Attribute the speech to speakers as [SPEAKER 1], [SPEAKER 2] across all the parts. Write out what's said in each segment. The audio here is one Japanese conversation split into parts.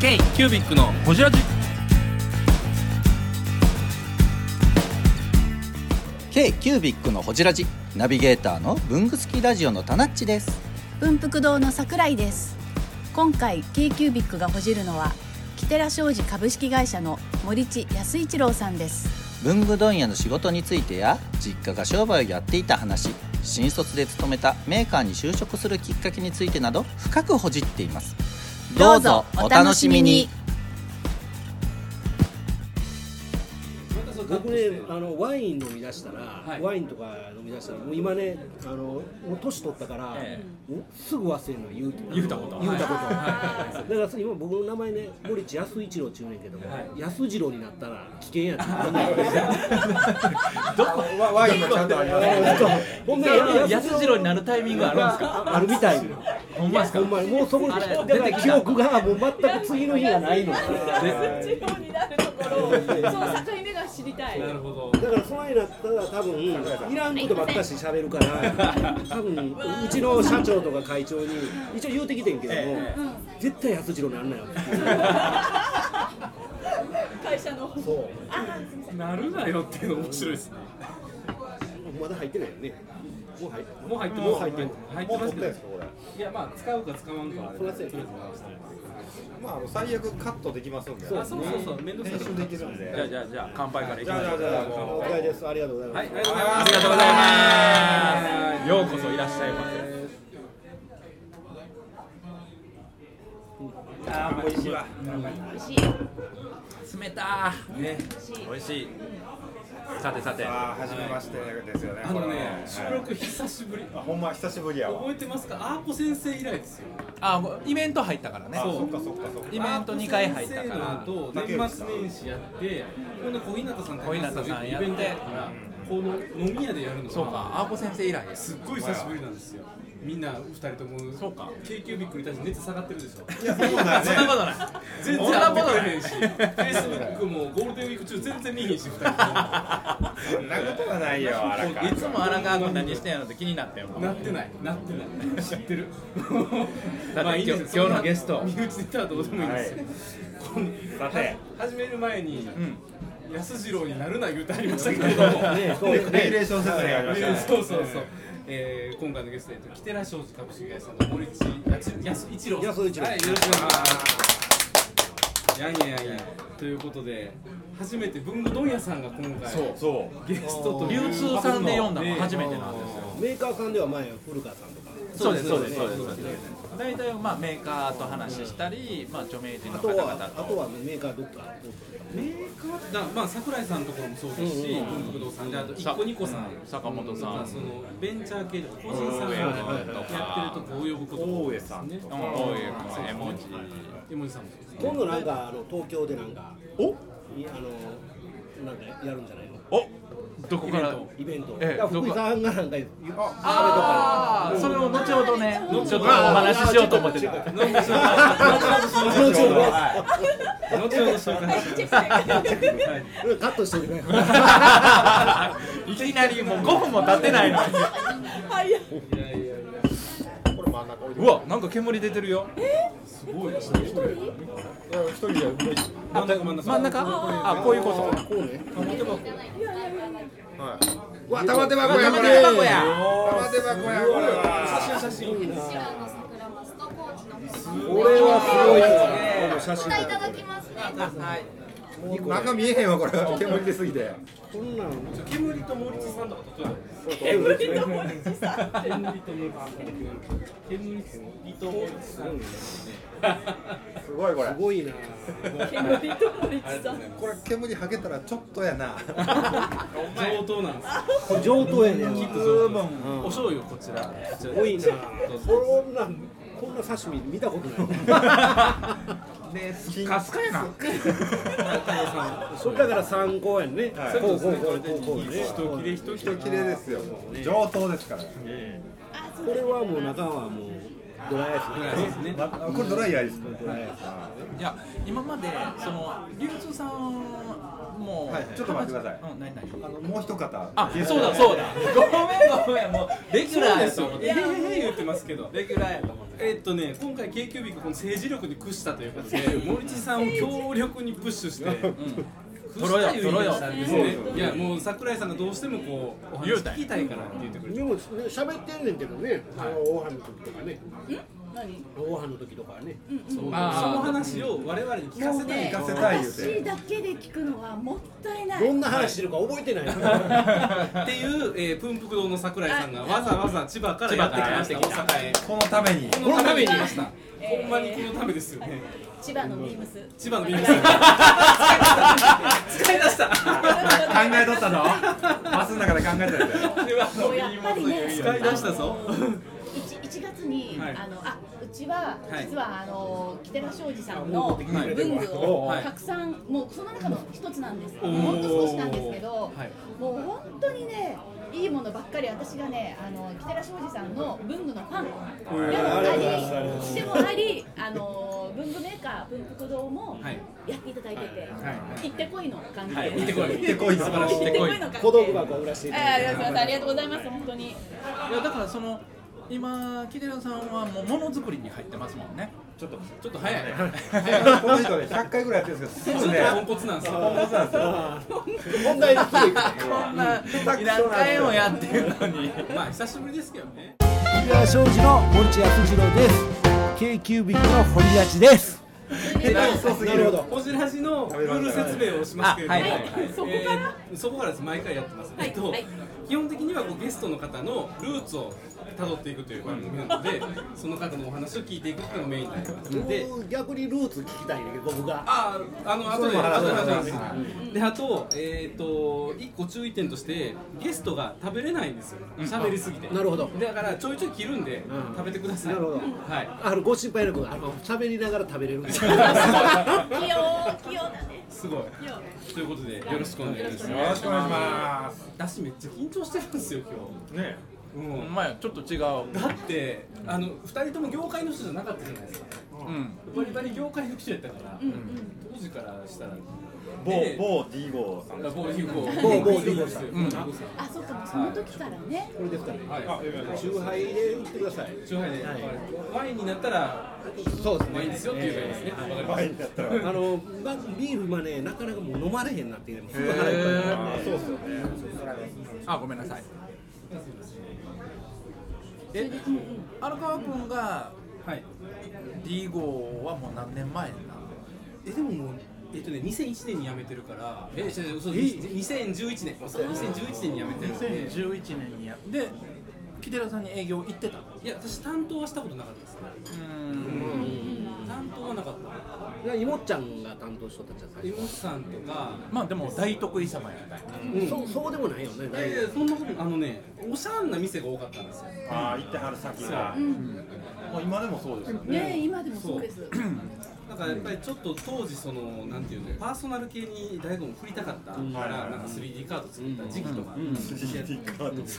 [SPEAKER 1] ケイキュービックのホジラジ
[SPEAKER 2] ケイキュービックのホジラジナビゲーターの文具好きラジオのタナッチです
[SPEAKER 3] 文福堂の桜井です今回 k キュービックがほじるのはキテラ商事株式会社の森地康一郎さんです
[SPEAKER 2] 文具問屋の仕事についてや実家が商売をやっていた話新卒で勤めたメーカーに就職するきっかけについてなど深くほじっていますどうぞお楽しみに
[SPEAKER 4] 僕ねあのワイン飲み出したら、
[SPEAKER 1] い
[SPEAKER 4] ワインとか飲み出したらもう今ねあのもう年取ったから、
[SPEAKER 1] え
[SPEAKER 4] もうすぐ忘れるの言う
[SPEAKER 1] 言うたこと
[SPEAKER 4] 言うたこと、
[SPEAKER 1] はいはい
[SPEAKER 4] だから今僕の名前ね森地安一郎っちゅうねんけども、安次郎になったら危険 やって言わない
[SPEAKER 5] ワインもちゃんとありますね。
[SPEAKER 4] ほんで
[SPEAKER 1] 安次郎になるタイミングあるんですか
[SPEAKER 4] ああるみたいな
[SPEAKER 1] ほんまですか
[SPEAKER 4] ほんまにもうそこに
[SPEAKER 1] あれ
[SPEAKER 4] だか
[SPEAKER 1] 出て
[SPEAKER 4] ら
[SPEAKER 1] きた
[SPEAKER 4] 記憶がもう全く次の日がない の
[SPEAKER 6] 地方になるところをその境目が知りたい。
[SPEAKER 1] ほど
[SPEAKER 4] だからそのになったら多分いらんことばっかり喋るから多分うちの社長とか会長に一応言うてきてんけども、絶対安次郎になんなよって
[SPEAKER 6] 会社の。
[SPEAKER 1] なるなよっていうの面白いですね
[SPEAKER 4] まだ入ってないよねもう入って
[SPEAKER 1] もう入って
[SPEAKER 4] もう入って
[SPEAKER 1] も入って
[SPEAKER 5] もう
[SPEAKER 1] ま
[SPEAKER 5] 取
[SPEAKER 1] す
[SPEAKER 5] って
[SPEAKER 1] けど
[SPEAKER 5] んですかこれ。
[SPEAKER 1] いやまあ使うか使わんかはあれ
[SPEAKER 4] そりゃ
[SPEAKER 1] だ
[SPEAKER 4] そうや
[SPEAKER 1] けど
[SPEAKER 5] まああの最悪カットできますんで。
[SPEAKER 1] あそうそうそう面倒くさい
[SPEAKER 5] 編集できるんで
[SPEAKER 1] じゃあじゃあじゃあ乾杯からいき
[SPEAKER 5] じ
[SPEAKER 1] ま
[SPEAKER 5] ゃあ
[SPEAKER 1] し
[SPEAKER 5] じ
[SPEAKER 1] ょ
[SPEAKER 5] ゃあ
[SPEAKER 1] う
[SPEAKER 4] お
[SPEAKER 5] じゃあも
[SPEAKER 4] 疲
[SPEAKER 5] う
[SPEAKER 4] れですありがとうございます、
[SPEAKER 1] はいありがとうございますありがとうございますようこそいらっしゃいませあー美味しいわ
[SPEAKER 6] 美味しい。
[SPEAKER 1] 冷たーね美味しいさてさて
[SPEAKER 5] あー初めましてですよね。
[SPEAKER 7] あの
[SPEAKER 5] これ
[SPEAKER 7] ね、収
[SPEAKER 5] は
[SPEAKER 7] 録久しぶり。
[SPEAKER 5] いほんま久しぶりやわ。
[SPEAKER 7] 覚えてますか？アーポ先生以来ですよ。
[SPEAKER 1] あイベント入ったからね
[SPEAKER 5] あそっかそっかそっか。
[SPEAKER 1] イベント2回入ったか
[SPEAKER 7] アー
[SPEAKER 1] ら
[SPEAKER 7] ポ先生の後年末年始やって、ほんで小日向さん
[SPEAKER 1] 小日向さんやって
[SPEAKER 7] イベントやったから、この飲み屋でやるの
[SPEAKER 1] そう
[SPEAKER 7] が
[SPEAKER 1] かアーコ先生以来です
[SPEAKER 7] すっごい久しぶりなんですよ。みんな二人ともそうか。京急ビックに対して熱下がってるでしょ。
[SPEAKER 5] いやそんなことないね。
[SPEAKER 1] そんなことない
[SPEAKER 7] 全然会ってくれへんし、フェイスブックもゴールデンウィーク中全然見えへんし二人とも。
[SPEAKER 5] そんなことはないよ荒川。
[SPEAKER 1] いつも荒川君何してんやろって気になったよ
[SPEAKER 7] なってない、なってない、知ってる。
[SPEAKER 1] だって
[SPEAKER 7] まあいいんですよ
[SPEAKER 1] 今日今日のゲスト
[SPEAKER 7] そんな身内で言ったらどうでもいいんですよ。こん
[SPEAKER 5] さて
[SPEAKER 7] は始める前に、安次郎になるな言うてありましたけれども、ね
[SPEAKER 5] レギュレーション説明がありましたね。
[SPEAKER 7] そうそうそう。えー、今回のゲスト、えっと、キテラ商事株式会社の森地安安一郎さ
[SPEAKER 4] 安一郎
[SPEAKER 7] ん。はい、よろしくお願いします。やんやんやん。ということで、初めて文具問屋さんが今回、
[SPEAKER 1] そう
[SPEAKER 5] そう。
[SPEAKER 7] ゲストとい
[SPEAKER 1] 流
[SPEAKER 7] う
[SPEAKER 1] 通さんで読んだの初めてなんですよ
[SPEAKER 4] メーカーさんでは前古川さんとか
[SPEAKER 1] そうですそうですそうですそうです大体まあメーカーと話したり、まあ、著名人
[SPEAKER 4] あ
[SPEAKER 1] の
[SPEAKER 4] と
[SPEAKER 1] 方
[SPEAKER 4] は
[SPEAKER 1] 々
[SPEAKER 4] あと
[SPEAKER 1] と
[SPEAKER 4] はメーカーどっか
[SPEAKER 7] メーカーだまあ桜井さんのところもそうですし、文福堂さんであと一個二個さん、
[SPEAKER 1] 坂本さ
[SPEAKER 7] とか
[SPEAKER 1] ん
[SPEAKER 7] そのベンチャー系とか個人さんがやってるとこを呼ぶことも多いですね。
[SPEAKER 1] うんおいおい絵文字
[SPEAKER 7] 江森さんもそうですね
[SPEAKER 4] 今度なんかあの東京でなんか
[SPEAKER 5] お
[SPEAKER 4] いあのなんかやるんじゃないの
[SPEAKER 1] おどこから
[SPEAKER 4] イベント、
[SPEAKER 1] ええ
[SPEAKER 4] だから福井さんがなんか言う
[SPEAKER 1] ああそれを後ほどねちょっとお 話ししようと思ってた
[SPEAKER 7] 後ほど紹介後ほど紹介
[SPEAKER 6] チェックして。
[SPEAKER 7] はい
[SPEAKER 4] カットしてくれ
[SPEAKER 1] いきなりもう5分も経ってないのに
[SPEAKER 6] はい。
[SPEAKER 5] これ真ん中置いて
[SPEAKER 1] うわなんか煙出てるよ
[SPEAKER 7] すごいですね
[SPEAKER 5] 一人で動いて
[SPEAKER 7] 真ん中真ん中
[SPEAKER 1] 真ん中あこういうことこうね
[SPEAKER 5] る。わ玉手箱やこ
[SPEAKER 1] 玉
[SPEAKER 5] れ。
[SPEAKER 1] 手
[SPEAKER 5] 玉
[SPEAKER 1] 箱や
[SPEAKER 5] 手箱やこれは。
[SPEAKER 7] 写真写真
[SPEAKER 8] ミシュランの桜マスとコーチの星マス
[SPEAKER 4] これはすごいわ
[SPEAKER 8] またいただきますね
[SPEAKER 5] 中見えへんわこれ煙出すぎて
[SPEAKER 4] こんなん
[SPEAKER 7] 煙と森地さんとか例えば
[SPEAKER 6] 煙と森地さん。
[SPEAKER 7] 煙と森地さん煙と森地さん
[SPEAKER 5] すごいこれ
[SPEAKER 4] すごいな
[SPEAKER 6] 煙と森地さん。
[SPEAKER 5] これ煙はけたらちょっとやな
[SPEAKER 7] 上等なんです
[SPEAKER 4] これ上等やね
[SPEAKER 7] きっとそうだと思うお醤油こちら。こち
[SPEAKER 4] す
[SPEAKER 7] ら
[SPEAKER 4] ごいな
[SPEAKER 7] どうぞ
[SPEAKER 4] こんなんこんな刺身見たことない
[SPEAKER 1] カスカや な
[SPEAKER 4] それだから参考やんね、
[SPEAKER 5] はい
[SPEAKER 4] こうこうこうこうこうね
[SPEAKER 7] 一切れ一切
[SPEAKER 5] 人綺麗ですよ上等ですから
[SPEAKER 4] これはもう中はもうドライアイス
[SPEAKER 7] ドライアイスですね
[SPEAKER 5] あこれドライヤーですか
[SPEAKER 4] ドライアイス
[SPEAKER 1] いや今までその流通さんも、
[SPEAKER 5] はいちょっと待ってください
[SPEAKER 1] うん、何何
[SPEAKER 5] あのもう一方
[SPEAKER 1] あ、そうだそうだ。ごめんごめんもうレギュラーやと思っ
[SPEAKER 7] い
[SPEAKER 1] て。
[SPEAKER 7] やいやいや言ってますけど
[SPEAKER 1] レギュラーやと思って。
[SPEAKER 7] えっとね、今回 k キュービックこの政治力に屈したというかですね、森地さんを強力にプッシュして、うん、
[SPEAKER 1] 取ろよ取ろよ
[SPEAKER 7] したんですね。いやもう桜井さんがどうしてもこうお話聞きたいからって言ってくれて、
[SPEAKER 4] でもね喋ってんねんけどね、あの大阪の時とかね
[SPEAKER 6] 何
[SPEAKER 4] 大阪の時とかはね
[SPEAKER 7] そうその
[SPEAKER 1] あー
[SPEAKER 7] 話を我々に聞かせたい。
[SPEAKER 5] 行かせたい言う
[SPEAKER 6] 私
[SPEAKER 5] て
[SPEAKER 6] だけで聞くのはもったいない
[SPEAKER 4] どんな話してるか覚えてないの
[SPEAKER 7] っていう、えー、プンプク堂の桜井さんがわざわざ千葉からやってきました大阪へ
[SPEAKER 5] このために
[SPEAKER 7] このために来ました
[SPEAKER 6] えー
[SPEAKER 7] ほんまにこのためですよね
[SPEAKER 6] 千葉のビームス
[SPEAKER 7] 千葉のビームス
[SPEAKER 6] 使い出した
[SPEAKER 5] 考えとったのバスの中で考えてたんだよ
[SPEAKER 6] もうやっぱりね
[SPEAKER 7] 使い出したぞ
[SPEAKER 6] 一一月に、
[SPEAKER 7] はい
[SPEAKER 6] あのあうちは、
[SPEAKER 7] はい
[SPEAKER 6] 実はあの北田庄司さんの
[SPEAKER 7] はい
[SPEAKER 6] 文具を
[SPEAKER 7] はい
[SPEAKER 6] たくさん、もうその中の一つなんです。
[SPEAKER 7] おー
[SPEAKER 6] ほんと少しなんですけど、
[SPEAKER 7] はい
[SPEAKER 6] もう本当にね。いいものばっかり私がねあの北田庄司さんの文具のファンでもありでもありあの文具メーカー文福堂も
[SPEAKER 7] はい
[SPEAKER 6] やっていただいてて、
[SPEAKER 7] はい
[SPEAKER 6] 行ってこいの関係、
[SPEAKER 7] はい行ってこい
[SPEAKER 6] 行
[SPEAKER 7] 行ってこい素晴らしい行って
[SPEAKER 6] って
[SPEAKER 7] こ
[SPEAKER 6] こ
[SPEAKER 7] い
[SPEAKER 6] いの関係
[SPEAKER 4] 小道具箱を売らせていただいて
[SPEAKER 6] あーすいませんありがとうございます本当 に
[SPEAKER 1] いやだからその今キデラさんはもうものづくりに入ってますもんね。
[SPEAKER 5] ちょっと
[SPEAKER 7] ちょっと早い
[SPEAKER 5] この人ね100回ぐらいやってるんですけどすぐね
[SPEAKER 7] ポンコツなんですよ
[SPEAKER 5] ポンコツなんですよ
[SPEAKER 4] 問題ですぐ行く
[SPEAKER 1] こんな何回もやってるのに。
[SPEAKER 7] まあ久しぶりですけどね
[SPEAKER 4] 平田庄司の森地康次郎です k キュービックの堀立です
[SPEAKER 5] 下手くそすぎ
[SPEAKER 4] な
[SPEAKER 5] る
[SPEAKER 4] るほど
[SPEAKER 7] おじらしのルール説明をしますけれど
[SPEAKER 1] あは
[SPEAKER 7] も、
[SPEAKER 1] いはい
[SPEAKER 6] はいそこから
[SPEAKER 7] えーそこからです毎回やってます、
[SPEAKER 6] はい
[SPEAKER 7] えっと
[SPEAKER 6] はい
[SPEAKER 7] 基本的にはこうゲストの方のルーツをたどっていくという番組なので、その方のお話を聞いていくっていうのがメインになります、で
[SPEAKER 4] 逆にルーツ聞きたいねんけど僕が
[SPEAKER 7] ああの後
[SPEAKER 5] そ
[SPEAKER 7] で
[SPEAKER 5] れも話
[SPEAKER 7] 後
[SPEAKER 5] そ
[SPEAKER 7] で
[SPEAKER 5] う
[SPEAKER 7] 話しますであとえっ、と一個注意点としてゲストが食べれないんですよ喋、りすぎて
[SPEAKER 4] なるほど
[SPEAKER 7] だからちょいちょい切るんで、
[SPEAKER 4] うん
[SPEAKER 7] 食べてください
[SPEAKER 4] なるほど
[SPEAKER 7] はい
[SPEAKER 4] あのご心配なくあの喋りながら食べれるん です
[SPEAKER 6] 器用器用だね
[SPEAKER 7] すごい
[SPEAKER 6] 器用
[SPEAKER 7] ということでよろしくお願いします
[SPEAKER 5] よろしくお願いします
[SPEAKER 7] 私めっちゃ緊張してるんですよ
[SPEAKER 5] ね
[SPEAKER 7] 今日、
[SPEAKER 1] お
[SPEAKER 7] うん、
[SPEAKER 1] 前ちょっと違う。
[SPEAKER 7] だってあの2人とも業界の人じゃなかったじゃないですか
[SPEAKER 1] うん。
[SPEAKER 7] バリバリ業界の人やったから、当時からしたら
[SPEAKER 5] 某
[SPEAKER 7] で
[SPEAKER 5] 某 D 号さん
[SPEAKER 7] 某某
[SPEAKER 4] 某某
[SPEAKER 7] 某
[SPEAKER 4] 某さん
[SPEAKER 7] うん
[SPEAKER 6] あ、そうかも、その時からね。
[SPEAKER 4] これですからね
[SPEAKER 7] はい
[SPEAKER 4] チューハイで売ってください
[SPEAKER 7] チューハイで、
[SPEAKER 4] はい
[SPEAKER 7] ワインになったら
[SPEAKER 4] そうですね
[SPEAKER 7] ワインですよっていう感じですね、わかりま
[SPEAKER 5] 前
[SPEAKER 7] し
[SPEAKER 5] になったら
[SPEAKER 4] あのまビーフがねなかなかもう飲まれへんなっていうのもすぐ腹いっぱいになるんで
[SPEAKER 5] そうっすよね
[SPEAKER 1] あごめんなさい。え、荒川君が
[SPEAKER 7] たはい
[SPEAKER 1] D 号はもう何年前なの
[SPEAKER 7] えでももうえっとね2001年に辞めてるからえ違う違うそう2011年そう2011年に辞めてるんで
[SPEAKER 1] 2011年にやで木寺さんに営業行ってたう
[SPEAKER 7] いや私担当はしたことなかったですね
[SPEAKER 1] ん
[SPEAKER 7] 担当はなかった
[SPEAKER 4] いもっちゃんが担当しとったじゃん最
[SPEAKER 7] 妹さんとか
[SPEAKER 1] まあでも大得意様やね
[SPEAKER 4] 初そうそうでもないよね
[SPEAKER 7] いやいやそんなことあのねおしゃんな店が多かったんですよ
[SPEAKER 5] ああ行ってはる先がもう今でもそうですよね
[SPEAKER 6] ね、今でもそうです。
[SPEAKER 7] だからやっぱりちょっと当時そのなんていうのパーソナル系に大悟も振りたかったからなんか 3D カード作った時期とかそ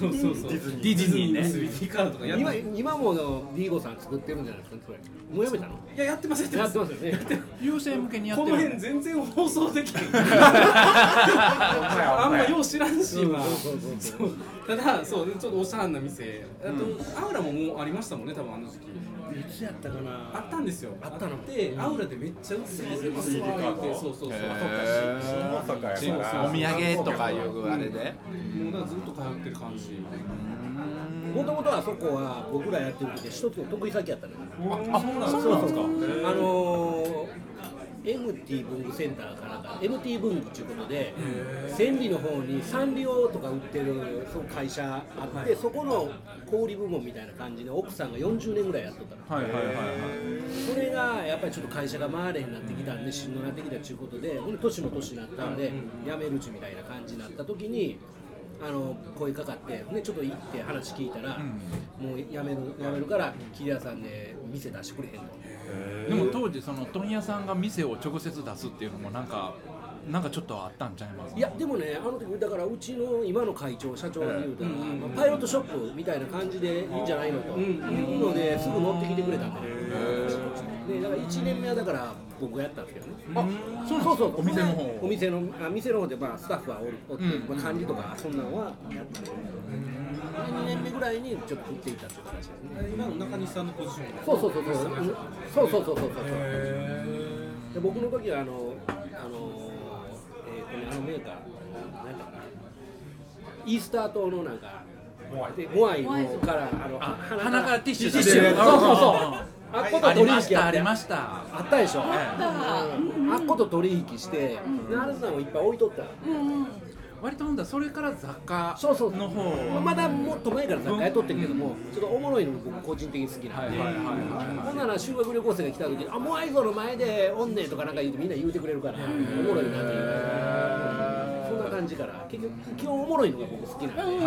[SPEAKER 7] うそうそうディズニ
[SPEAKER 1] ディズニーね
[SPEAKER 7] 3D カードとかやって
[SPEAKER 4] 今
[SPEAKER 7] い
[SPEAKER 4] 今もあのビーゴさん作ってるんじゃないですかそれもうやめたの
[SPEAKER 7] ややってますやって
[SPEAKER 4] や
[SPEAKER 7] ま
[SPEAKER 4] っ
[SPEAKER 7] す
[SPEAKER 4] てますよね
[SPEAKER 1] 優勢向けにやって
[SPEAKER 7] こ
[SPEAKER 1] る
[SPEAKER 7] の辺全然放送できない
[SPEAKER 5] あ
[SPEAKER 7] あ
[SPEAKER 5] ん
[SPEAKER 7] ん
[SPEAKER 5] ま
[SPEAKER 7] ま
[SPEAKER 5] よ
[SPEAKER 7] よう知らんし今
[SPEAKER 4] そうそうそうそう
[SPEAKER 7] そうただそうちょっとおしゃれな店あと、アウラももうありましたもんね多分あの時期
[SPEAKER 4] いつやったかな
[SPEAKER 7] あったんですよ
[SPEAKER 4] あったの
[SPEAKER 7] でアウラでめっちゃ売ってますよそうそうそう
[SPEAKER 5] 大阪や
[SPEAKER 7] そう
[SPEAKER 5] から
[SPEAKER 7] そうお土
[SPEAKER 1] 産 とかいうあれで
[SPEAKER 7] もうだからずっと通ってる感じ
[SPEAKER 4] もともとあそこは僕らやってる時で一つの得意先やったのよ
[SPEAKER 7] あそうなんですか
[SPEAKER 4] あのー、MT 文具センターからか MT 文具っていうことで千里の方にサンリオとか売ってるその会社あって、そこの小売部門みたいな感じで奥さんが40年ぐらいやっとった
[SPEAKER 1] は
[SPEAKER 4] の
[SPEAKER 1] いはいはいはい
[SPEAKER 4] それがやっぱりちょっと会社が回れへんなってきたんでしんどなってきたっていうことでほんで年も年になったんで辞めるちみたいな感じになった時にあの声かかってでちょっと行って話聞いたら、もう辞める辞めるから桐谷さんで店出してくれへんの。
[SPEAKER 1] でも当時その問屋さんが店を直接出すっていうのもなんかなんかちょっとあったんちゃいます
[SPEAKER 4] いやでもねあの時だからうちの今の会長社長で言うたら、
[SPEAKER 7] ええうんうんうん
[SPEAKER 4] パイロットショップみたいな感じでいいんじゃないのと
[SPEAKER 7] うん
[SPEAKER 4] いうのですぐ乗ってきてくれたんで,、でだから1年目はだから僕がやったんですけどね
[SPEAKER 1] あそうそうそうお店の方
[SPEAKER 4] お店のあ店の方でまあスタッフはおるおって、
[SPEAKER 1] うん
[SPEAKER 4] まあ、管理とかそんなのはやってて2年目ぐらいにちょっと振っていったっていう話ですね
[SPEAKER 7] 今の中西さんのポジションになる
[SPEAKER 4] そうそうそうそうそうそうそうそうそうで僕の時はあのあの、えー、このあのメーカー何だかなイースター島のなんかでモアイのからあのあ鼻
[SPEAKER 1] 鼻からティッシュ
[SPEAKER 4] ティッシュそうそうそう
[SPEAKER 1] うん
[SPEAKER 4] あっこと
[SPEAKER 1] あり
[SPEAKER 4] 取
[SPEAKER 1] ま
[SPEAKER 4] 引
[SPEAKER 1] した
[SPEAKER 4] や
[SPEAKER 1] あ
[SPEAKER 4] って
[SPEAKER 1] りました
[SPEAKER 4] あったでしょ
[SPEAKER 6] た
[SPEAKER 4] うんあっこと取引してであなたさんをいっぱい置いとった
[SPEAKER 1] 割とほんだらそれから雑貨
[SPEAKER 4] そうそう
[SPEAKER 1] の方
[SPEAKER 4] まあまだもっと前から雑貨やっとってるけどもちょっとおもろいの僕個人的に好きなんで
[SPEAKER 1] はいはいはいは
[SPEAKER 4] ほんなら修学旅行生が来た時に「あモアイ像の前でおんねん」とかなんか言うてみんな言うてくれるからおもろいなっていうそんな感じから結局基本おもろいのが僕好きなんで、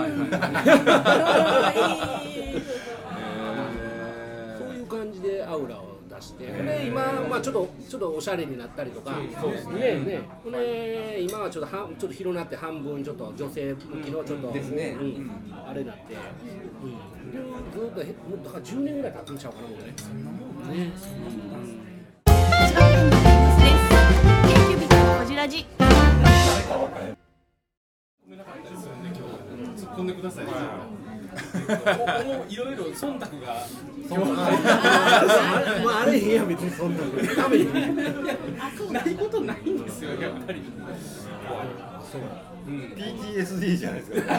[SPEAKER 4] そういう感じでアウラを出してで今、まあ、ちょっとちょっとおしゃれになったりとかそうですねねで今はちょっと半ちょっと広なって半分ちょっと女性向きのちょっと、
[SPEAKER 5] ですね
[SPEAKER 4] うんあれになって、うん、でずっとへもうだから10年ぐらい経つんちゃうかなもうね。ね
[SPEAKER 7] 突っ込んでください。もういろいろ忖度 が。
[SPEAKER 4] まあ、あれへんやん別にそんなのダメよ
[SPEAKER 7] ないことないんですよ、やっぱり。
[SPEAKER 5] PTSD じゃないですか。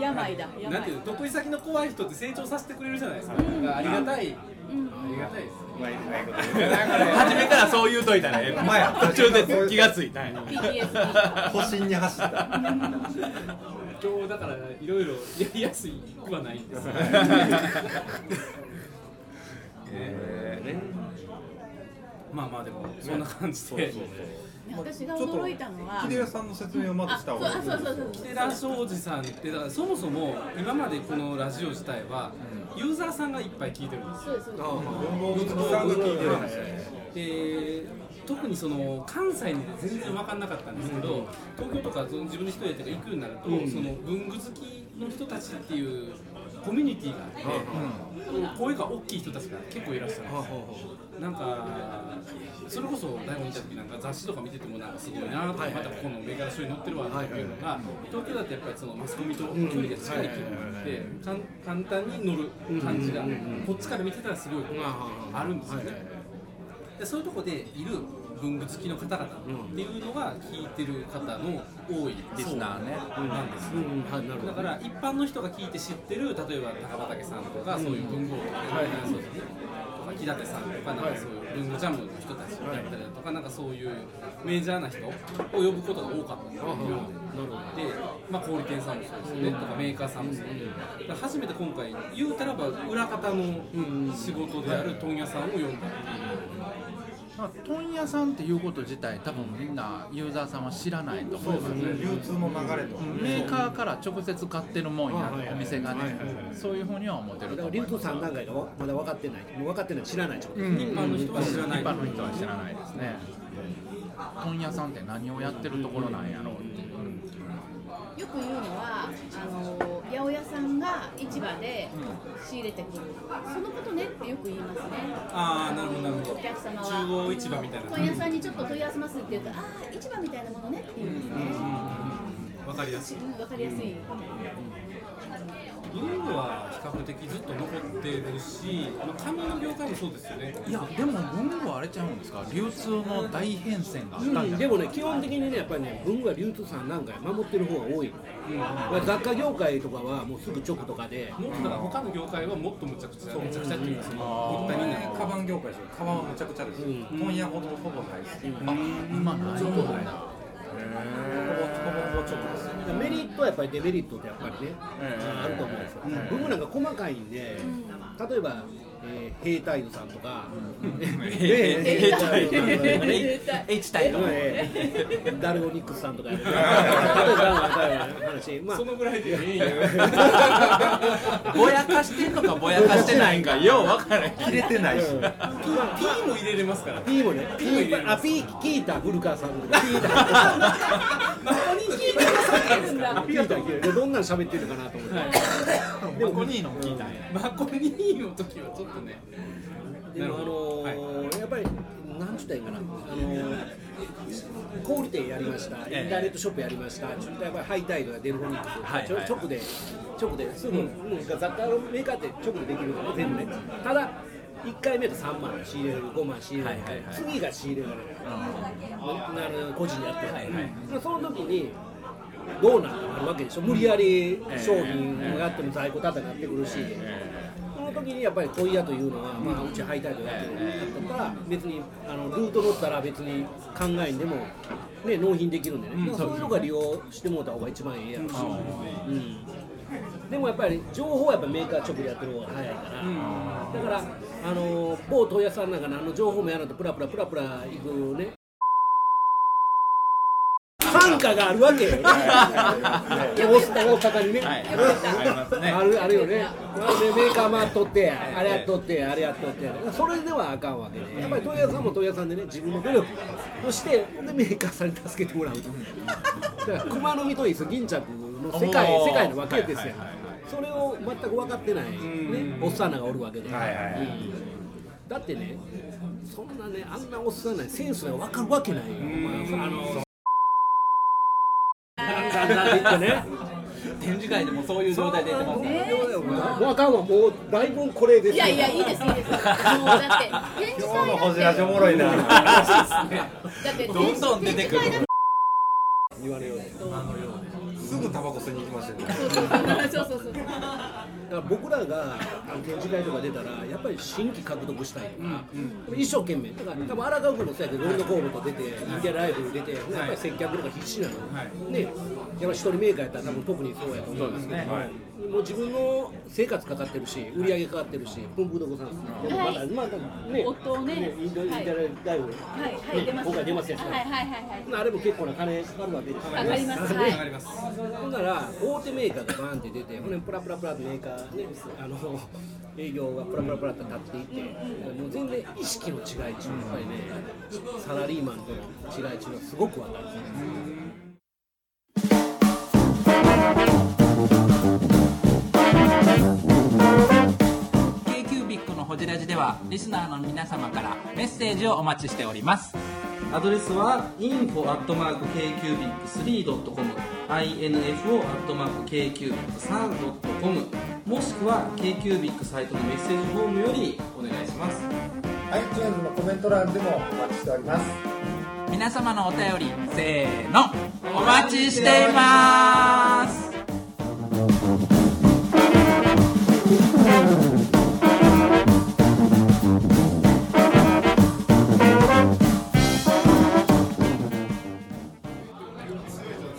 [SPEAKER 6] 病だ
[SPEAKER 7] なん
[SPEAKER 6] 病
[SPEAKER 7] ていうの、得意先の怖い人って成長させてくれるじゃないですか。ありがたい。ありがたいです。
[SPEAKER 1] 初めからそう言うといた ね
[SPEAKER 5] まあや
[SPEAKER 1] 途中で気がついたんや
[SPEAKER 6] PTSD
[SPEAKER 5] 保身に走った。
[SPEAKER 7] 今日だから、いろいろやりやすいくはないんですよ。まあまあ、でも、そんな感じで。
[SPEAKER 6] 私が驚いたのは
[SPEAKER 5] 秀吉さんの説明をまず
[SPEAKER 6] あ
[SPEAKER 5] し
[SPEAKER 6] そ
[SPEAKER 5] た
[SPEAKER 6] う
[SPEAKER 5] 方が
[SPEAKER 6] あ
[SPEAKER 5] いい。
[SPEAKER 6] そうそうそう
[SPEAKER 7] テラショージさんってだからそもそも今までこのラジオ自体はユーザーさんがいっぱい聞いてるんですよ
[SPEAKER 6] そうですそうです
[SPEAKER 5] 文房具さんが聞いてるんですよね。
[SPEAKER 7] で特にその関西に全然分かんなかったんですけど、東京とかその自分で一人で行くようになると、その文具好きの人たちっていうコミュニティがあって、声が大きい人たちが結構いらっしゃるんですよ、なんかそれこそ大悟見た時なんか雑誌とか見ててもなんかすごいなとか、またここの銘柄書に載ってるわとかいうのが、東京だとやっぱりそのマスコミと距離が近いっていうのがあって、かん簡単に乗る感じが、こっちから見てたらすごいあるんですよね。でそういうとこでいる文具好きの方々っていうのが聞いてる方の多いリスナーねなんですよ、だから一般の人が聞いて知ってる例えば高畑さんとかそういう文豪とか、そうですねとか木立さんとかなんかそういう文具ジャムの人たちだったりだとか、なんかそういうメジャーな人を呼ぶことが多かったんですよ、今までで、まあ、小売店さんもそうですよね、とかメーカーさんもそうですよね、だから初めて今回言うたらば裏方の仕事である問屋さんを呼んだっていう
[SPEAKER 1] まあ問屋さんっていうこと自体多分みんなユーザーさんは知らないと思います
[SPEAKER 5] 流通の流れと。
[SPEAKER 1] メーカーから直接買ってるもんやお店がねそういうふうには思ってる
[SPEAKER 4] だ
[SPEAKER 1] と
[SPEAKER 4] から
[SPEAKER 1] 思い
[SPEAKER 4] リ
[SPEAKER 1] ま
[SPEAKER 4] フト
[SPEAKER 1] す
[SPEAKER 4] 3段階がわまだ分かってないもう分かってない知らない状態、
[SPEAKER 7] 一般の人は知らない
[SPEAKER 1] 一般の人は知らないですね問屋さんって何をやってるところなんやろうっていう
[SPEAKER 6] よく言うのはあの八百屋さんが市場で仕入れてくる、そのことねってよく言いますね
[SPEAKER 7] ああなるほどなるほ
[SPEAKER 6] お
[SPEAKER 7] ど
[SPEAKER 6] 客様は
[SPEAKER 7] 中央市場みたいな
[SPEAKER 6] 問屋さんにちょっと問い合わせますって言うとああ市場みたいなものねって言うんですね、
[SPEAKER 7] わかりやすい
[SPEAKER 6] うんわかりやすい、
[SPEAKER 7] 文具は比較的ずっと残ってるし、まあ、紙の業界もそうですよね
[SPEAKER 1] いやでも文具はあれちゃうんですか流通の大変遷があったんじゃない
[SPEAKER 4] でもね基本的にねやっぱりね文具は流通3段階守ってる方が多いの、まあ雑貨業界とかはもうすぐ直とかで、
[SPEAKER 7] もっとだから他の業界はもっとむちゃくちゃむちゃくちゃっていうかそのもったいない
[SPEAKER 5] カバン業界でしょ。カバンはむちゃくちゃですよ。問屋ほどほぼないです。ほぼ
[SPEAKER 1] あ今ないんだ
[SPEAKER 5] ほぼ直ですよ。
[SPEAKER 4] メリットはやっぱりデメリットってやっぱりね、あると思うんですよ、文具なんか細かいんで、例えばえー、兵隊さんとか、
[SPEAKER 2] 兵隊
[SPEAKER 6] 兵隊
[SPEAKER 2] H タイプ
[SPEAKER 4] えダルオニックスさんとかや ってる話まあ
[SPEAKER 7] そのぐらいでええん や
[SPEAKER 2] ぼやかしてんのかぼやかしてないんかよう分からへん
[SPEAKER 5] 切れてないし。
[SPEAKER 7] P も入れれますから
[SPEAKER 4] ピーもね、ピ
[SPEAKER 7] ピーも入れ
[SPEAKER 4] ー、
[SPEAKER 7] ま
[SPEAKER 4] あ、
[SPEAKER 7] す
[SPEAKER 4] ピー、キータ、古川さんとか、ピータ、ピータ、キータ、どんなの喋ってるのかなと思って。
[SPEAKER 2] でもこにいのも聞いたんや
[SPEAKER 7] マコニーの時はちょっとね
[SPEAKER 4] でも、あのーやっぱり、なんつったらいいんかな、あのー小売店やりました、インターネットショップやりました、ちょっとやっぱりハイタイドやデルフォニックス、
[SPEAKER 2] はいはい
[SPEAKER 4] ちょ直で、直で、すぐ、うん、雑貨のメーカーって直でできるから、全部ね、ただ、1回目と3万仕入れる、5万仕入れる、
[SPEAKER 2] はいはいはい
[SPEAKER 4] 次が仕入れられる、なる個人でやってる、まあその時に、どうなんかなるわけでしょ、無理やり商品があっても在庫たたになってくるし。その時にやっぱり問屋というのは、まあ、うちハイタイトやってるんだったら別にあのルート乗ったら別に考えんでも、ね、納品できるんでね、まあそういうのが利用してもらった方が一番ええやろし、うんでもやっぱり情報はやっぱメーカー直でやってる方が早いから、だからあの某問屋さんなんかのあの情報もやらんとプラプラプラプラいくね参加があるわけよ、ね、 大阪にね、
[SPEAKER 2] ありますね
[SPEAKER 4] あるあるよね、でメーカー回っとって、あれやっとって、あれやっとって、それではあかんわけで、やっぱり問屋さんも問屋さんでね、自分の努力をして、でメーカーさんに助けてもらうと、だから熊の実とイス、銀着の世界
[SPEAKER 2] おー
[SPEAKER 4] 世界のわけですよ
[SPEAKER 2] はいはいはいはい、
[SPEAKER 4] それを全く分かってない、ね、おっさんらがおるわけで。うんだってね、そんなね、あんなおっさんないセンスが分かるわけないよ、お前あの、なんかなんか言ってね。
[SPEAKER 2] 展示会でもそういう状態で出てますね
[SPEAKER 4] もうあかんわ、もうだいぶこれです
[SPEAKER 6] いやいや、いいです、いいです。もうだって、展示
[SPEAKER 5] 今日
[SPEAKER 6] 会
[SPEAKER 5] の
[SPEAKER 6] だ
[SPEAKER 5] ホ
[SPEAKER 6] っ
[SPEAKER 5] ジ
[SPEAKER 6] て、
[SPEAKER 5] ラジおもろいな。
[SPEAKER 6] だって
[SPEAKER 2] どんどん出てくる
[SPEAKER 6] 展示
[SPEAKER 4] 言われようね
[SPEAKER 5] すぐタバコ吸いに行きましたよね。
[SPEAKER 6] 会だってそうそうそうそう。
[SPEAKER 4] だから僕らがあの展示会とか出たらやっぱり新規獲得したいとか、一生懸命だから多分荒川君もそうやけどロンドコールと出てインディアライブ出て、やっぱり接客とか必死なの、ねやっぱり一人メーカーやったら多分特にそうやと思うんですけどもう自分の生活かかってるし売り上げかかってるし文風床さんでもまだ、
[SPEAKER 6] はい
[SPEAKER 4] まだね
[SPEAKER 6] 夫をね
[SPEAKER 4] インドインディアライブ、
[SPEAKER 6] はい、はい、出ます。
[SPEAKER 4] 今回出ますやん
[SPEAKER 6] はい、はい、はい、はい。
[SPEAKER 4] あれも結構な金かかるわけですよね
[SPEAKER 6] わかります。はい。
[SPEAKER 7] あります
[SPEAKER 4] ほんなら大手メーカーがバーンって出てほんでプラプラプラってメーカーねあの営業がプラプラプラって立っていってもう全然意識の違いっていうのはやっぱりねサラリーマンとの違いっていうのはすごく分かる
[SPEAKER 2] 京急ビックのホジラジではリスナーの皆様からメッセージをお待ちしております
[SPEAKER 9] アドレスは info.kcubic3.com info.kcubic3.com もしくは KQBIC サイトのメッセージフォームよりお願いします
[SPEAKER 10] はい、チューンズのコメント欄でもお待ちしております。
[SPEAKER 2] 皆様のお便りせーのお待ちしています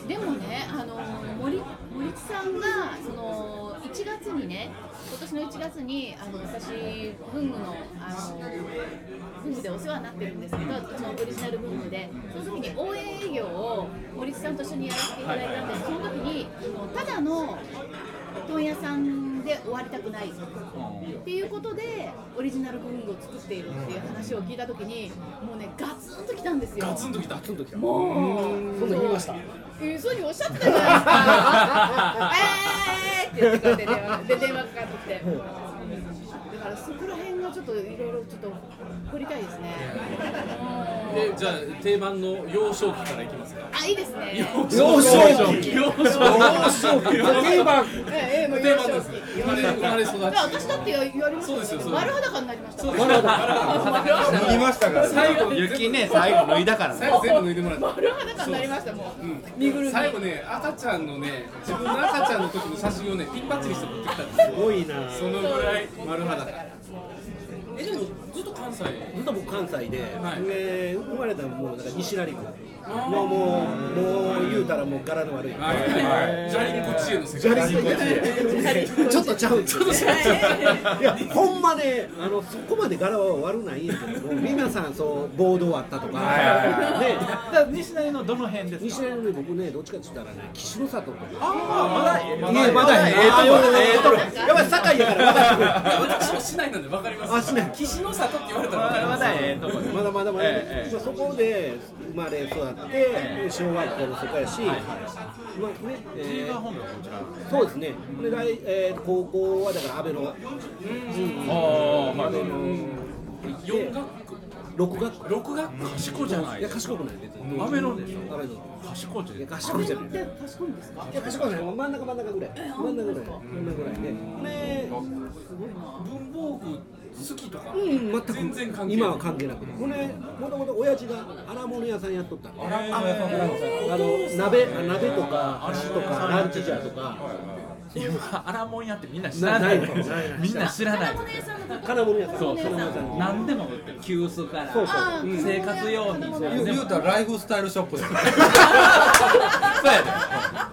[SPEAKER 6] でもね、あの森森木さんがその1月にね、今年の1月にあの私文具のあの文具でお世話になってるんですけど、うちのオリジナル文具で、その時に応援営業を森木さんと一緒にやらせていただいたんです。その時にあのただの問屋さんで終わりたくないっていうことでオリジナル文具を作っているっていう話を聞いた時にもうねガツンときたんですよ。
[SPEAKER 7] ときたツンときた
[SPEAKER 6] もう
[SPEAKER 4] そんなん言いました
[SPEAKER 6] えーそういうふうにおっしゃってたじゃないですか。えーって言ってくれて電話で電話かかってきて。だからそこら辺がちょっといろいろちょっと掘りたいですね。
[SPEAKER 7] でじゃあ定番の幼少期からいきますか
[SPEAKER 6] あいいですね。
[SPEAKER 4] 幼少期
[SPEAKER 7] 幼少期
[SPEAKER 4] 定番
[SPEAKER 6] ええもう
[SPEAKER 7] 定
[SPEAKER 6] 幼
[SPEAKER 7] 番
[SPEAKER 6] 少
[SPEAKER 7] です
[SPEAKER 6] 期。
[SPEAKER 7] 生まれ生まれ育ち
[SPEAKER 6] いや私だってや言われま
[SPEAKER 7] そうです
[SPEAKER 6] したよ
[SPEAKER 7] よそうです
[SPEAKER 6] 丸裸になりましたもん。
[SPEAKER 7] そうです
[SPEAKER 5] 脱ぎましたから。
[SPEAKER 7] 最後
[SPEAKER 1] 雪ね最後脱いだからね
[SPEAKER 7] 最後全部抜いてもらった
[SPEAKER 6] 丸裸になりましたもん。身ぐるみ。
[SPEAKER 7] 最後ね赤ちゃんのね自分の赤ちゃんの時の写真をねピンバッチにして持ってきたんですよ
[SPEAKER 4] すごいな
[SPEAKER 7] そのぐらい丸裸
[SPEAKER 6] だ
[SPEAKER 7] えでもずっと関西
[SPEAKER 4] ずっと僕関西で、
[SPEAKER 7] はい
[SPEAKER 4] で生まれたのもうだから西成区のもうもう言うたらもう柄の悪い、
[SPEAKER 7] はいはいはいジャリンコ知恵の世界
[SPEAKER 4] ジャリンコ知 恵ちょっとちゃうんですよねいやほんまねあのそこまで柄は悪ないんやけども皆さんそう暴動あったとか、
[SPEAKER 1] はいはいはい
[SPEAKER 4] ね
[SPEAKER 1] だ西成のどの辺ですか
[SPEAKER 4] 西成のね僕ねどっちかって言ったらね岸の里とか
[SPEAKER 1] あーまだ
[SPEAKER 4] いやまだええとこええとこやっぱり堺やからまだ
[SPEAKER 7] いや私も市内なんで分かります
[SPEAKER 4] あ市内
[SPEAKER 7] 岸の里って言われたら分かります
[SPEAKER 1] ええとこ
[SPEAKER 4] まだまだまだ、
[SPEAKER 1] ええええ
[SPEAKER 4] まあそこで生まれ育って、小学校もそこやし、まあねえ
[SPEAKER 1] 映
[SPEAKER 4] ー
[SPEAKER 1] 画本部はこちら
[SPEAKER 4] そうですね、これが、えー高校はだから安倍の、
[SPEAKER 1] ああはい
[SPEAKER 7] 四学区
[SPEAKER 4] 6学校、
[SPEAKER 7] 六学区
[SPEAKER 1] 賢いじゃない
[SPEAKER 4] いや、賢くない、別に、
[SPEAKER 1] 雨のでし
[SPEAKER 4] 安
[SPEAKER 1] ょ
[SPEAKER 4] 倍の、
[SPEAKER 1] 賢いじゃ
[SPEAKER 4] い
[SPEAKER 1] ない
[SPEAKER 4] や、賢いじゃない。
[SPEAKER 6] で賢いんですか
[SPEAKER 4] いや、賢くない、真ん中、真ん中ぐらい、真ん中ぐらい、真ん中ぐらいね、これ、
[SPEAKER 7] 文房具好きとか
[SPEAKER 4] うん、全く
[SPEAKER 7] 全然関係ない
[SPEAKER 4] 今は関係なくて、これ、もともと親父が荒物屋さんやっとったんで、
[SPEAKER 7] あえ
[SPEAKER 4] あの鍋あ鍋とか箸とかランチジャーとか
[SPEAKER 1] いやアラモン屋ってみんな知
[SPEAKER 4] な
[SPEAKER 1] ら
[SPEAKER 4] な
[SPEAKER 1] ないい
[SPEAKER 4] ないない
[SPEAKER 1] みんな知らない
[SPEAKER 4] 金物屋さん
[SPEAKER 1] そうそう
[SPEAKER 4] 金物屋さん
[SPEAKER 1] 何でも売ってる急須から
[SPEAKER 4] そうそう
[SPEAKER 1] 生活用品そう
[SPEAKER 5] 言う言うたらライフスタイルショップだよ
[SPEAKER 1] や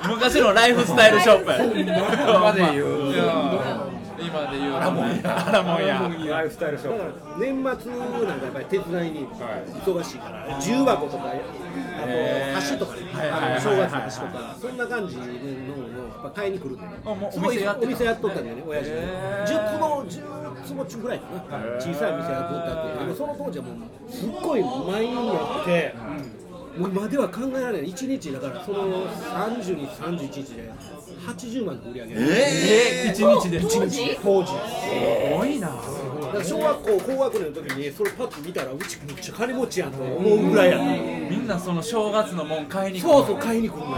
[SPEAKER 1] で昔のライフスタイルショップ
[SPEAKER 5] 今で言う
[SPEAKER 1] いや今で言うアラモン屋アラモン屋
[SPEAKER 5] ライフスタイルショ
[SPEAKER 4] だから
[SPEAKER 5] ッ
[SPEAKER 4] 年末なんかやっぱり手伝いに忙しいから重箱とかあと箸とかね
[SPEAKER 1] はいはいはい
[SPEAKER 4] あの正月の箸とかそんな感じのをやっぱ買いに来るんだよね
[SPEAKER 1] あもう
[SPEAKER 4] すごい
[SPEAKER 1] お店やってた
[SPEAKER 4] お店やっとったんだよね親父が10坪10坪中ぐらいかな小さいお店やっとったってでもその当時はもうすっごい満員やってもう今では考えられない1日だからその30日31日で80万の売り上げ
[SPEAKER 1] えー一日で
[SPEAKER 6] 当時
[SPEAKER 4] 当時
[SPEAKER 1] 多いな
[SPEAKER 4] だから小学校高学年の時にそれパッと見たらうちめっちゃ金持ちやんと思うぐらいやった
[SPEAKER 1] みんなその正月のもん買いに来る
[SPEAKER 4] そうそう買いに来るのよ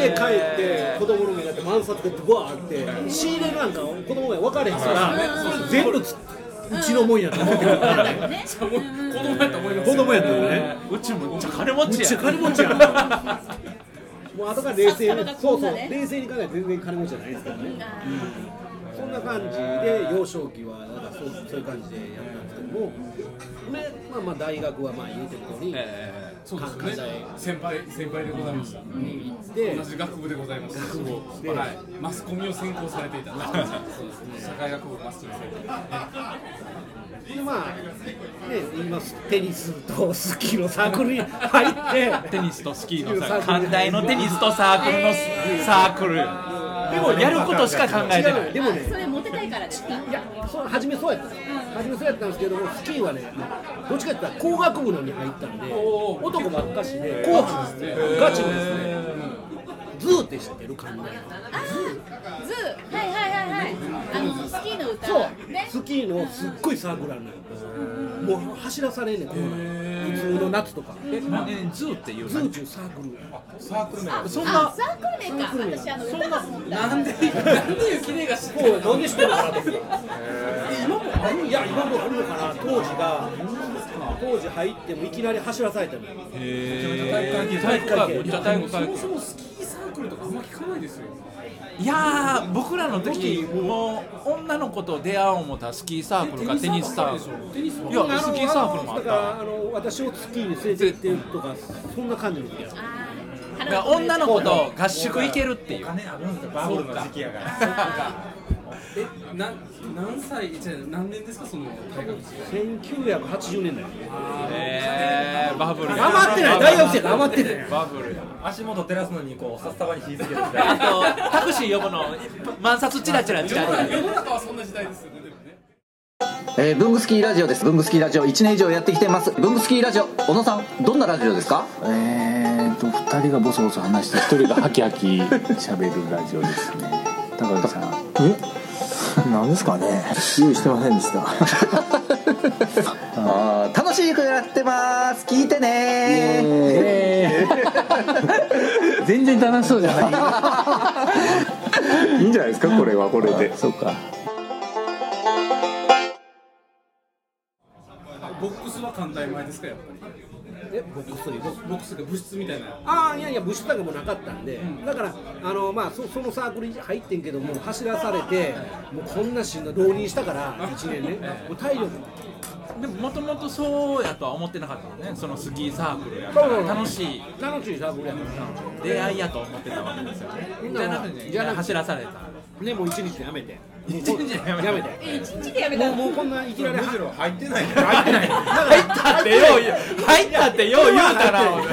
[SPEAKER 4] 家帰って子供の目だって満札がブワーって仕入れなんか子供が分かれへんからそれ全部つうちのもんやと思 ってるからね
[SPEAKER 7] 子供やと思います
[SPEAKER 4] 子供やったよね
[SPEAKER 1] うちもめっちゃ金持
[SPEAKER 4] めっ
[SPEAKER 1] ちや
[SPEAKER 4] ちゃ金持ちやんもう後から冷静
[SPEAKER 6] さ
[SPEAKER 4] に
[SPEAKER 6] っさと
[SPEAKER 4] そ
[SPEAKER 6] こ
[SPEAKER 4] う
[SPEAKER 6] ん
[SPEAKER 4] そ
[SPEAKER 6] な
[SPEAKER 4] う
[SPEAKER 6] ね
[SPEAKER 4] 冷静に考えたら全然金持ちじゃないですからねそんな感じで幼少期はなんかそうそういう感じでやったんですけどもで、まあ、まあ大学はまあ言うてる通り
[SPEAKER 1] え
[SPEAKER 7] そうですね先輩先輩でございました
[SPEAKER 4] で
[SPEAKER 7] 同じ学部でございます
[SPEAKER 4] 学部で
[SPEAKER 7] はいマスコミを専攻されていたそうですね社会学部マスコミ専攻
[SPEAKER 4] でまあね今テニスとスキーのサークルに入って
[SPEAKER 1] ーテニスとスキーの
[SPEAKER 4] サー
[SPEAKER 1] さ
[SPEAKER 4] クル
[SPEAKER 1] 寛大のテニスとサークルのサークルでもやることしか考えてな
[SPEAKER 4] 違う
[SPEAKER 1] い
[SPEAKER 4] でもね
[SPEAKER 6] それモテたいからですか
[SPEAKER 4] いやそう初めそうやったんです初めそうやったんですけどもスキーはねどっちかって言ったら工学部のに入ったんで男ばっかしでコーチですねガチのですねズーって知ってる感じ
[SPEAKER 6] ズーはいはいはいはいあのスキーの歌
[SPEAKER 4] そう、
[SPEAKER 6] ね
[SPEAKER 4] スキーのすっごいサークルあるのよもう走らされんねんこんなん普通の夏とか
[SPEAKER 1] えなえズーっていう
[SPEAKER 4] ズー中サークル
[SPEAKER 5] プサークル名
[SPEAKER 1] そん
[SPEAKER 6] あ
[SPEAKER 1] な
[SPEAKER 6] サークル名か私あの歌が好きだ
[SPEAKER 7] なんでなんで雪音が知ってる
[SPEAKER 4] なんで知ってるのかなと思った今もあるいや今もあるのかな当時が当時入ってもいきなり走らされたのよ
[SPEAKER 1] 体育会系
[SPEAKER 4] 体育会系
[SPEAKER 1] めっちゃ体育
[SPEAKER 7] そ
[SPEAKER 1] 会系
[SPEAKER 7] もそもスキーサークルとかあんま聞かないですよ
[SPEAKER 1] いやー僕らの時もう女の子と出会おう思ったらスキーサークルかテニスサークル
[SPEAKER 7] テニスはい
[SPEAKER 1] やスキーサークルもあ
[SPEAKER 4] だ
[SPEAKER 1] っ
[SPEAKER 4] か
[SPEAKER 1] た
[SPEAKER 4] らあの私をスキーに連れて行ってるとかそんな感じの時や
[SPEAKER 1] だから女の子と合宿行けるっていう
[SPEAKER 5] 金あるんですよバブルの時期やか ら
[SPEAKER 7] えな何歳じゃあ何年ですかその大学時代
[SPEAKER 4] 1980年代
[SPEAKER 1] えー、バブルや
[SPEAKER 4] 余ってない大学生が余ってない
[SPEAKER 1] バブルや
[SPEAKER 5] 足元照らすのにこうさっさばに火つけてきた
[SPEAKER 1] あとタクシー呼ぶの万札チラチラチラチラ
[SPEAKER 7] 世の中はそんな時代ですよねでもね
[SPEAKER 2] えー、ブングスキーラジオです。ブングスキーラジオ1年以上やってきてます。ブングスキーラジオ、小野さん、どんなラジオですかえーと、2人がボソボソ話して、1人がハキハキ喋るラジオですね。高橋さん。えなんですかね用意してませんで した。あー楽しくやってます聞いてね全然楽しそうじゃないいいんじゃないですかこれはこれでそうか
[SPEAKER 7] ボックスは寛大前ですかやっぱり
[SPEAKER 4] えボックスというと
[SPEAKER 7] ボックスが物質みたいな
[SPEAKER 4] ああいやいや部室なんかもうなかったんで、だからあの、まあ、そそのサークルに入ってんけども走らされてもうこんなしんどい浪人したから1年ねもう体力
[SPEAKER 1] でももともとそうやとは思ってなかったもんねそのスキーサークルや
[SPEAKER 4] そうそうそう
[SPEAKER 1] 楽しい
[SPEAKER 4] 楽しいサークルやから
[SPEAKER 1] 出会いやと思ってたわけですよね
[SPEAKER 4] みん
[SPEAKER 1] じ
[SPEAKER 4] な
[SPEAKER 1] ゃなくて
[SPEAKER 4] じゃなくて
[SPEAKER 1] 走らされた
[SPEAKER 4] ねもう1日でやめて
[SPEAKER 1] 一日でやめた
[SPEAKER 4] やめて
[SPEAKER 6] え一日でやめ
[SPEAKER 4] も
[SPEAKER 6] たの
[SPEAKER 4] うもうこんないきなり
[SPEAKER 5] むしろ入ってない
[SPEAKER 1] 入ってない入ったってよう言う入ったってよう言うたな俺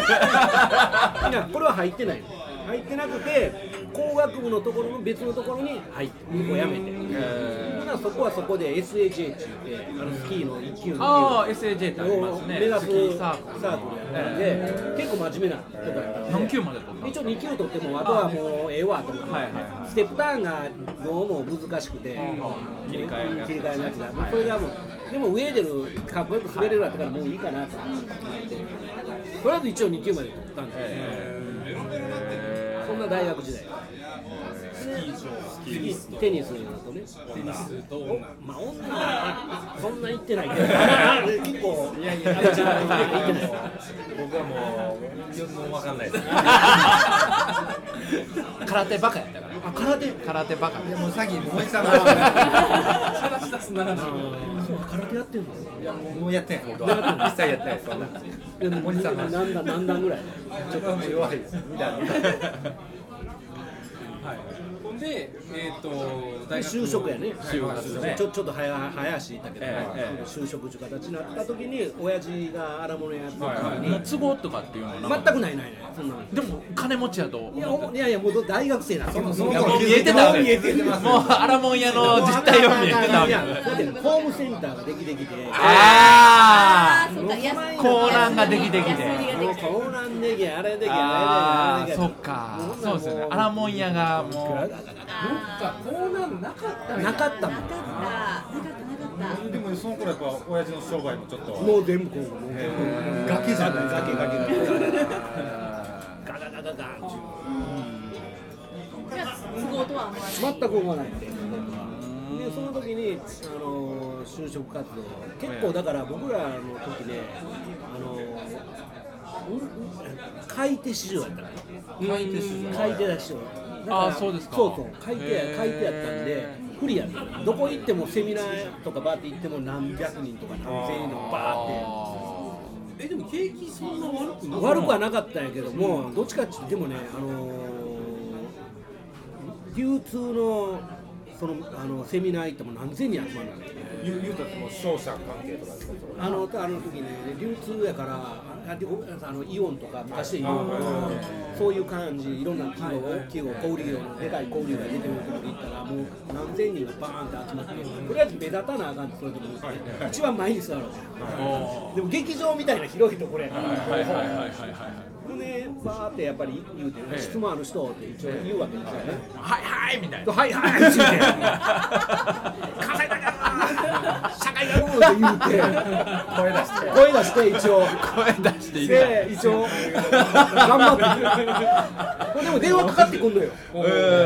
[SPEAKER 4] いやこれは入ってないの入ってなくて工学部のところの別のところに入ってここやめてほなそこはそこで SHA って言ってあのスキーの一級の
[SPEAKER 1] ああ SAJ ってありますね
[SPEAKER 4] 目指
[SPEAKER 1] ス
[SPEAKER 4] すサ
[SPEAKER 1] キーサークル
[SPEAKER 4] ークルやったんで、結構真面目なとこやったんで
[SPEAKER 1] 何級まで取ったの
[SPEAKER 4] 一応2級取ってもあとはもうええわと思って、
[SPEAKER 1] はいは
[SPEAKER 4] ステップターンがどうも難しくて、
[SPEAKER 1] 切り替えが
[SPEAKER 4] 切り替えのやつが、もうこれがもうでも上でるかっこよく滑れるやつからもういいかなと思ってとりあえず一応2級まで取ったんですよ、そんな大学時代次テニスのとね
[SPEAKER 7] テニスと
[SPEAKER 4] お
[SPEAKER 7] 女
[SPEAKER 4] まあ女はそんな言ってないけど 結構いやいや言ってない
[SPEAKER 9] 僕はもう全然わかんないです
[SPEAKER 1] 空手バカやったから
[SPEAKER 4] あ空手
[SPEAKER 1] 空手バカ
[SPEAKER 5] もうさっき萌木さんが
[SPEAKER 7] 話し出すなら
[SPEAKER 4] そう空手やってんの
[SPEAKER 5] いやもうもうやってない本当は一切やってないそんな
[SPEAKER 4] でも
[SPEAKER 5] 森さんの話
[SPEAKER 4] 何段何段ぐらい
[SPEAKER 5] ちょっと弱いです見た見
[SPEAKER 7] はい、ほんで、えー、と大学
[SPEAKER 4] 就職やね
[SPEAKER 1] 就活ですね
[SPEAKER 4] ちょちょっと早早足だけど、
[SPEAKER 1] ええええ
[SPEAKER 4] 就職という形になった時に親父が荒物やってた時 に、
[SPEAKER 1] もう都合とかっていうのはなかっ
[SPEAKER 4] 全
[SPEAKER 1] た
[SPEAKER 4] くないないないそんなの
[SPEAKER 1] でも金持ちやと
[SPEAKER 4] いや
[SPEAKER 1] 思って
[SPEAKER 4] おいやいやもう大学生なんですよ
[SPEAKER 5] その
[SPEAKER 1] いやも
[SPEAKER 5] 頃
[SPEAKER 1] う見えてたわけ
[SPEAKER 5] 見えてます
[SPEAKER 1] もうアラモン屋の実態を見えてたわ
[SPEAKER 4] い
[SPEAKER 1] け
[SPEAKER 4] やだってホームセンターができてきて
[SPEAKER 1] あ
[SPEAKER 6] あーそっかや
[SPEAKER 4] あ
[SPEAKER 1] 高欄ができてきて
[SPEAKER 6] 安売りがで
[SPEAKER 4] もう
[SPEAKER 6] きて
[SPEAKER 4] こうなんねぎあれでき
[SPEAKER 1] あー
[SPEAKER 4] あれでき
[SPEAKER 1] そっかそうですよねアラモン屋がもう
[SPEAKER 6] あ
[SPEAKER 7] こうなんなかった
[SPEAKER 4] なか
[SPEAKER 6] ーなかったなかっ
[SPEAKER 4] ったも
[SPEAKER 6] たなかった
[SPEAKER 5] でもその頃やっぱ親父の商売もちょっ
[SPEAKER 4] ん
[SPEAKER 5] と
[SPEAKER 4] もう全部こうもう
[SPEAKER 5] 崖じゃない
[SPEAKER 4] 崖崖
[SPEAKER 5] 崖
[SPEAKER 4] ガガガガガンっていう
[SPEAKER 6] じゃあ都合とは思わない
[SPEAKER 4] 全く思わないんで。でその時にあの就職活動結構だから僕らの時ねあの買い手市場やったから買い手市場買い手だ市場だら
[SPEAKER 1] あーそうですか
[SPEAKER 4] そうそう買い手
[SPEAKER 1] へー
[SPEAKER 4] や買い手やったんで不利やったのどこ行ってもセミナーとかバーって行っても何百人とか何千人とかバーって
[SPEAKER 7] えでも景気そんな悪くなかっ
[SPEAKER 4] 悪くはなかったんやけども、どっちかっていうとでもね、あのー流通のそのあのセミナー行っても何千人集まるんだよ
[SPEAKER 5] 言う言うたらもう商社関係とかですか
[SPEAKER 4] あのあの時ね流通やからあでおあのイオンとか昔でイオンとかそういう感じいろんな企業大きい企業小売業のでかい小売業が出てるところに行ったらもう何千人がバーンって集まってとりあえず目立たなあかんってそういうところ一番前に座ろう
[SPEAKER 1] お
[SPEAKER 4] でも劇場みたいな広いところやから
[SPEAKER 1] ーはいはいはいはいはいはい
[SPEAKER 4] ほんでバーってやっぱり言うて、質問ある人って一応言うわけですよね。
[SPEAKER 1] はいはいみたいな
[SPEAKER 4] はいはい って言うて、稼いだから、社会だろって言う
[SPEAKER 5] 声出して
[SPEAKER 4] て、声出して一応、
[SPEAKER 1] 声出していいから
[SPEAKER 4] で一応、頑張 って、でも電話かかってくんのよ、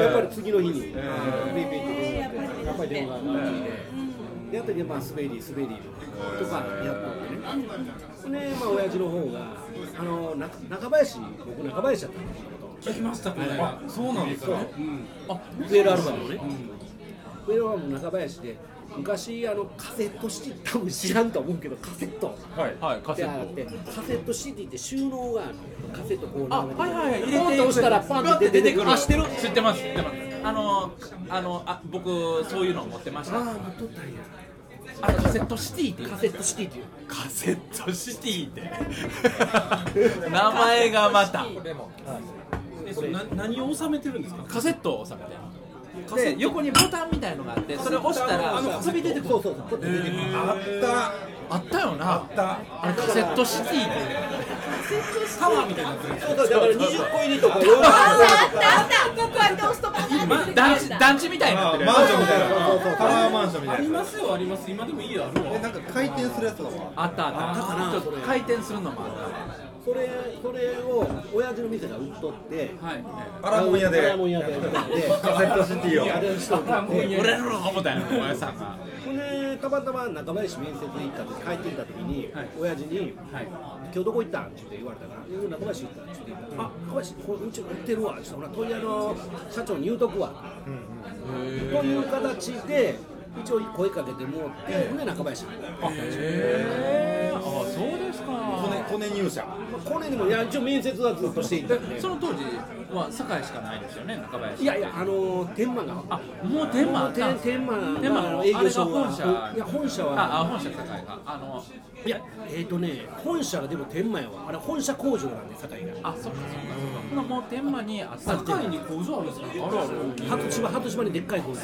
[SPEAKER 4] やっぱり次の日に、ビリビリって電話がやっぱり電話がかかってきて、であとでまあ滑り、滑りとかやったんでね。でまあ親父の方があのな中林僕中林だったんですよ
[SPEAKER 7] た聞きましたこの間
[SPEAKER 5] そうなんですか
[SPEAKER 4] ウェルアルバムのね、ウェルアルバムの中林で昔あのカセットシティ多分知らんと思うけどカセット
[SPEAKER 5] はい
[SPEAKER 1] はいカ
[SPEAKER 4] って
[SPEAKER 1] セ
[SPEAKER 4] あっ
[SPEAKER 1] ッ
[SPEAKER 4] て
[SPEAKER 1] ト
[SPEAKER 4] カセットシティって収納があるのカセットこう
[SPEAKER 1] あはいはいはい入れて
[SPEAKER 4] ポンと押したらパンって出てくる
[SPEAKER 1] あ知ってる知ってます知ってますあのあのあ僕そういうの持ってました
[SPEAKER 4] あ撮ったんや
[SPEAKER 1] あカセットシティって言う
[SPEAKER 4] カセットシティっていう
[SPEAKER 1] カセットシティって名前がまた
[SPEAKER 7] えそれな何を収めてるんですか
[SPEAKER 1] カセットを収めてカセ横にボタンみたいのがあってそれを押したら飛び出てくる
[SPEAKER 4] そうそうそう出てくる
[SPEAKER 5] あった
[SPEAKER 1] あったよなあ
[SPEAKER 5] った
[SPEAKER 1] れカセットシティって
[SPEAKER 7] タワーみたいになってるんです
[SPEAKER 4] そうそうだから20個入りとか
[SPEAKER 6] あったあったあったこうやって押すとバカって出てくる
[SPEAKER 1] 団
[SPEAKER 6] やつ
[SPEAKER 1] 地
[SPEAKER 6] だ
[SPEAKER 1] 団地みたいになって
[SPEAKER 5] あ
[SPEAKER 1] る
[SPEAKER 5] マンションみたいな
[SPEAKER 4] そうそうそう
[SPEAKER 5] タワーマンションみ
[SPEAKER 7] あ
[SPEAKER 5] たい
[SPEAKER 7] り
[SPEAKER 5] な
[SPEAKER 7] ますよあります今でもいいよあるわ
[SPEAKER 5] えなんか回転するやつとかも
[SPEAKER 1] あったあった
[SPEAKER 4] あったかな
[SPEAKER 1] ちょっと回転するのもあった
[SPEAKER 4] それそれを親父の店が売っとって
[SPEAKER 7] はい
[SPEAKER 5] アラモン屋で
[SPEAKER 4] アラモン屋で売っとって
[SPEAKER 5] カセットシティを
[SPEAKER 4] あれをしとって
[SPEAKER 1] 俺の思ったんやお前さんが
[SPEAKER 4] これ前たまたま中林面接行った時帰ってきた時に、親父に、今日どこ行ったん?」って言われたから「いや中林行った」って言って「あ中林これうち売ってるわ」ちょっとほら問屋の社長に言うとくわ」という形で一応声かけてもらって、ほんで中林に入ったんですよ
[SPEAKER 7] あそうですか
[SPEAKER 1] コネ入社
[SPEAKER 4] まあコネにもいや一応面接はずっとしていたんで
[SPEAKER 7] その当時は堺しかないですよね中林
[SPEAKER 4] いやいやあの天満が
[SPEAKER 7] あもう天満あったんですか
[SPEAKER 4] 天満
[SPEAKER 7] 天満の
[SPEAKER 4] 営業所は
[SPEAKER 7] あれが本社
[SPEAKER 4] いや本社
[SPEAKER 7] あ
[SPEAKER 4] は
[SPEAKER 7] あ本社堺かあの
[SPEAKER 4] いやえっ、とね本社がでも天満やわあれ本社工場なんで堺が
[SPEAKER 7] あそっかそっかそっかもう天満にあったんです
[SPEAKER 11] 堺に工場あるんですか
[SPEAKER 7] あるある大きい
[SPEAKER 4] 鳩島鳩島にでっかい工場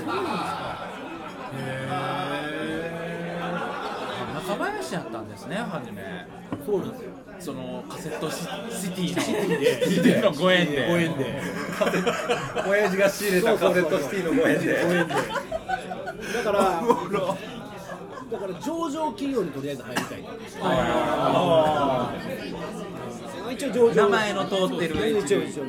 [SPEAKER 7] 中林やったんですね初め
[SPEAKER 4] そうなんですよ
[SPEAKER 7] そのカセットシシティのシティでのご縁でご縁で
[SPEAKER 1] 親父が仕入れたカセットシティのご縁で
[SPEAKER 4] だからだから上場企業にとりあえず入りたいまあ一応上場
[SPEAKER 7] 名前の通ってる
[SPEAKER 4] 一応一応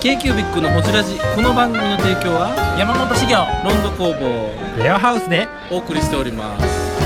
[SPEAKER 12] k q b i c のホジラジこの番組の提供は
[SPEAKER 7] 山本資源
[SPEAKER 12] ロンド工房
[SPEAKER 13] レアハウスで
[SPEAKER 12] お送りしております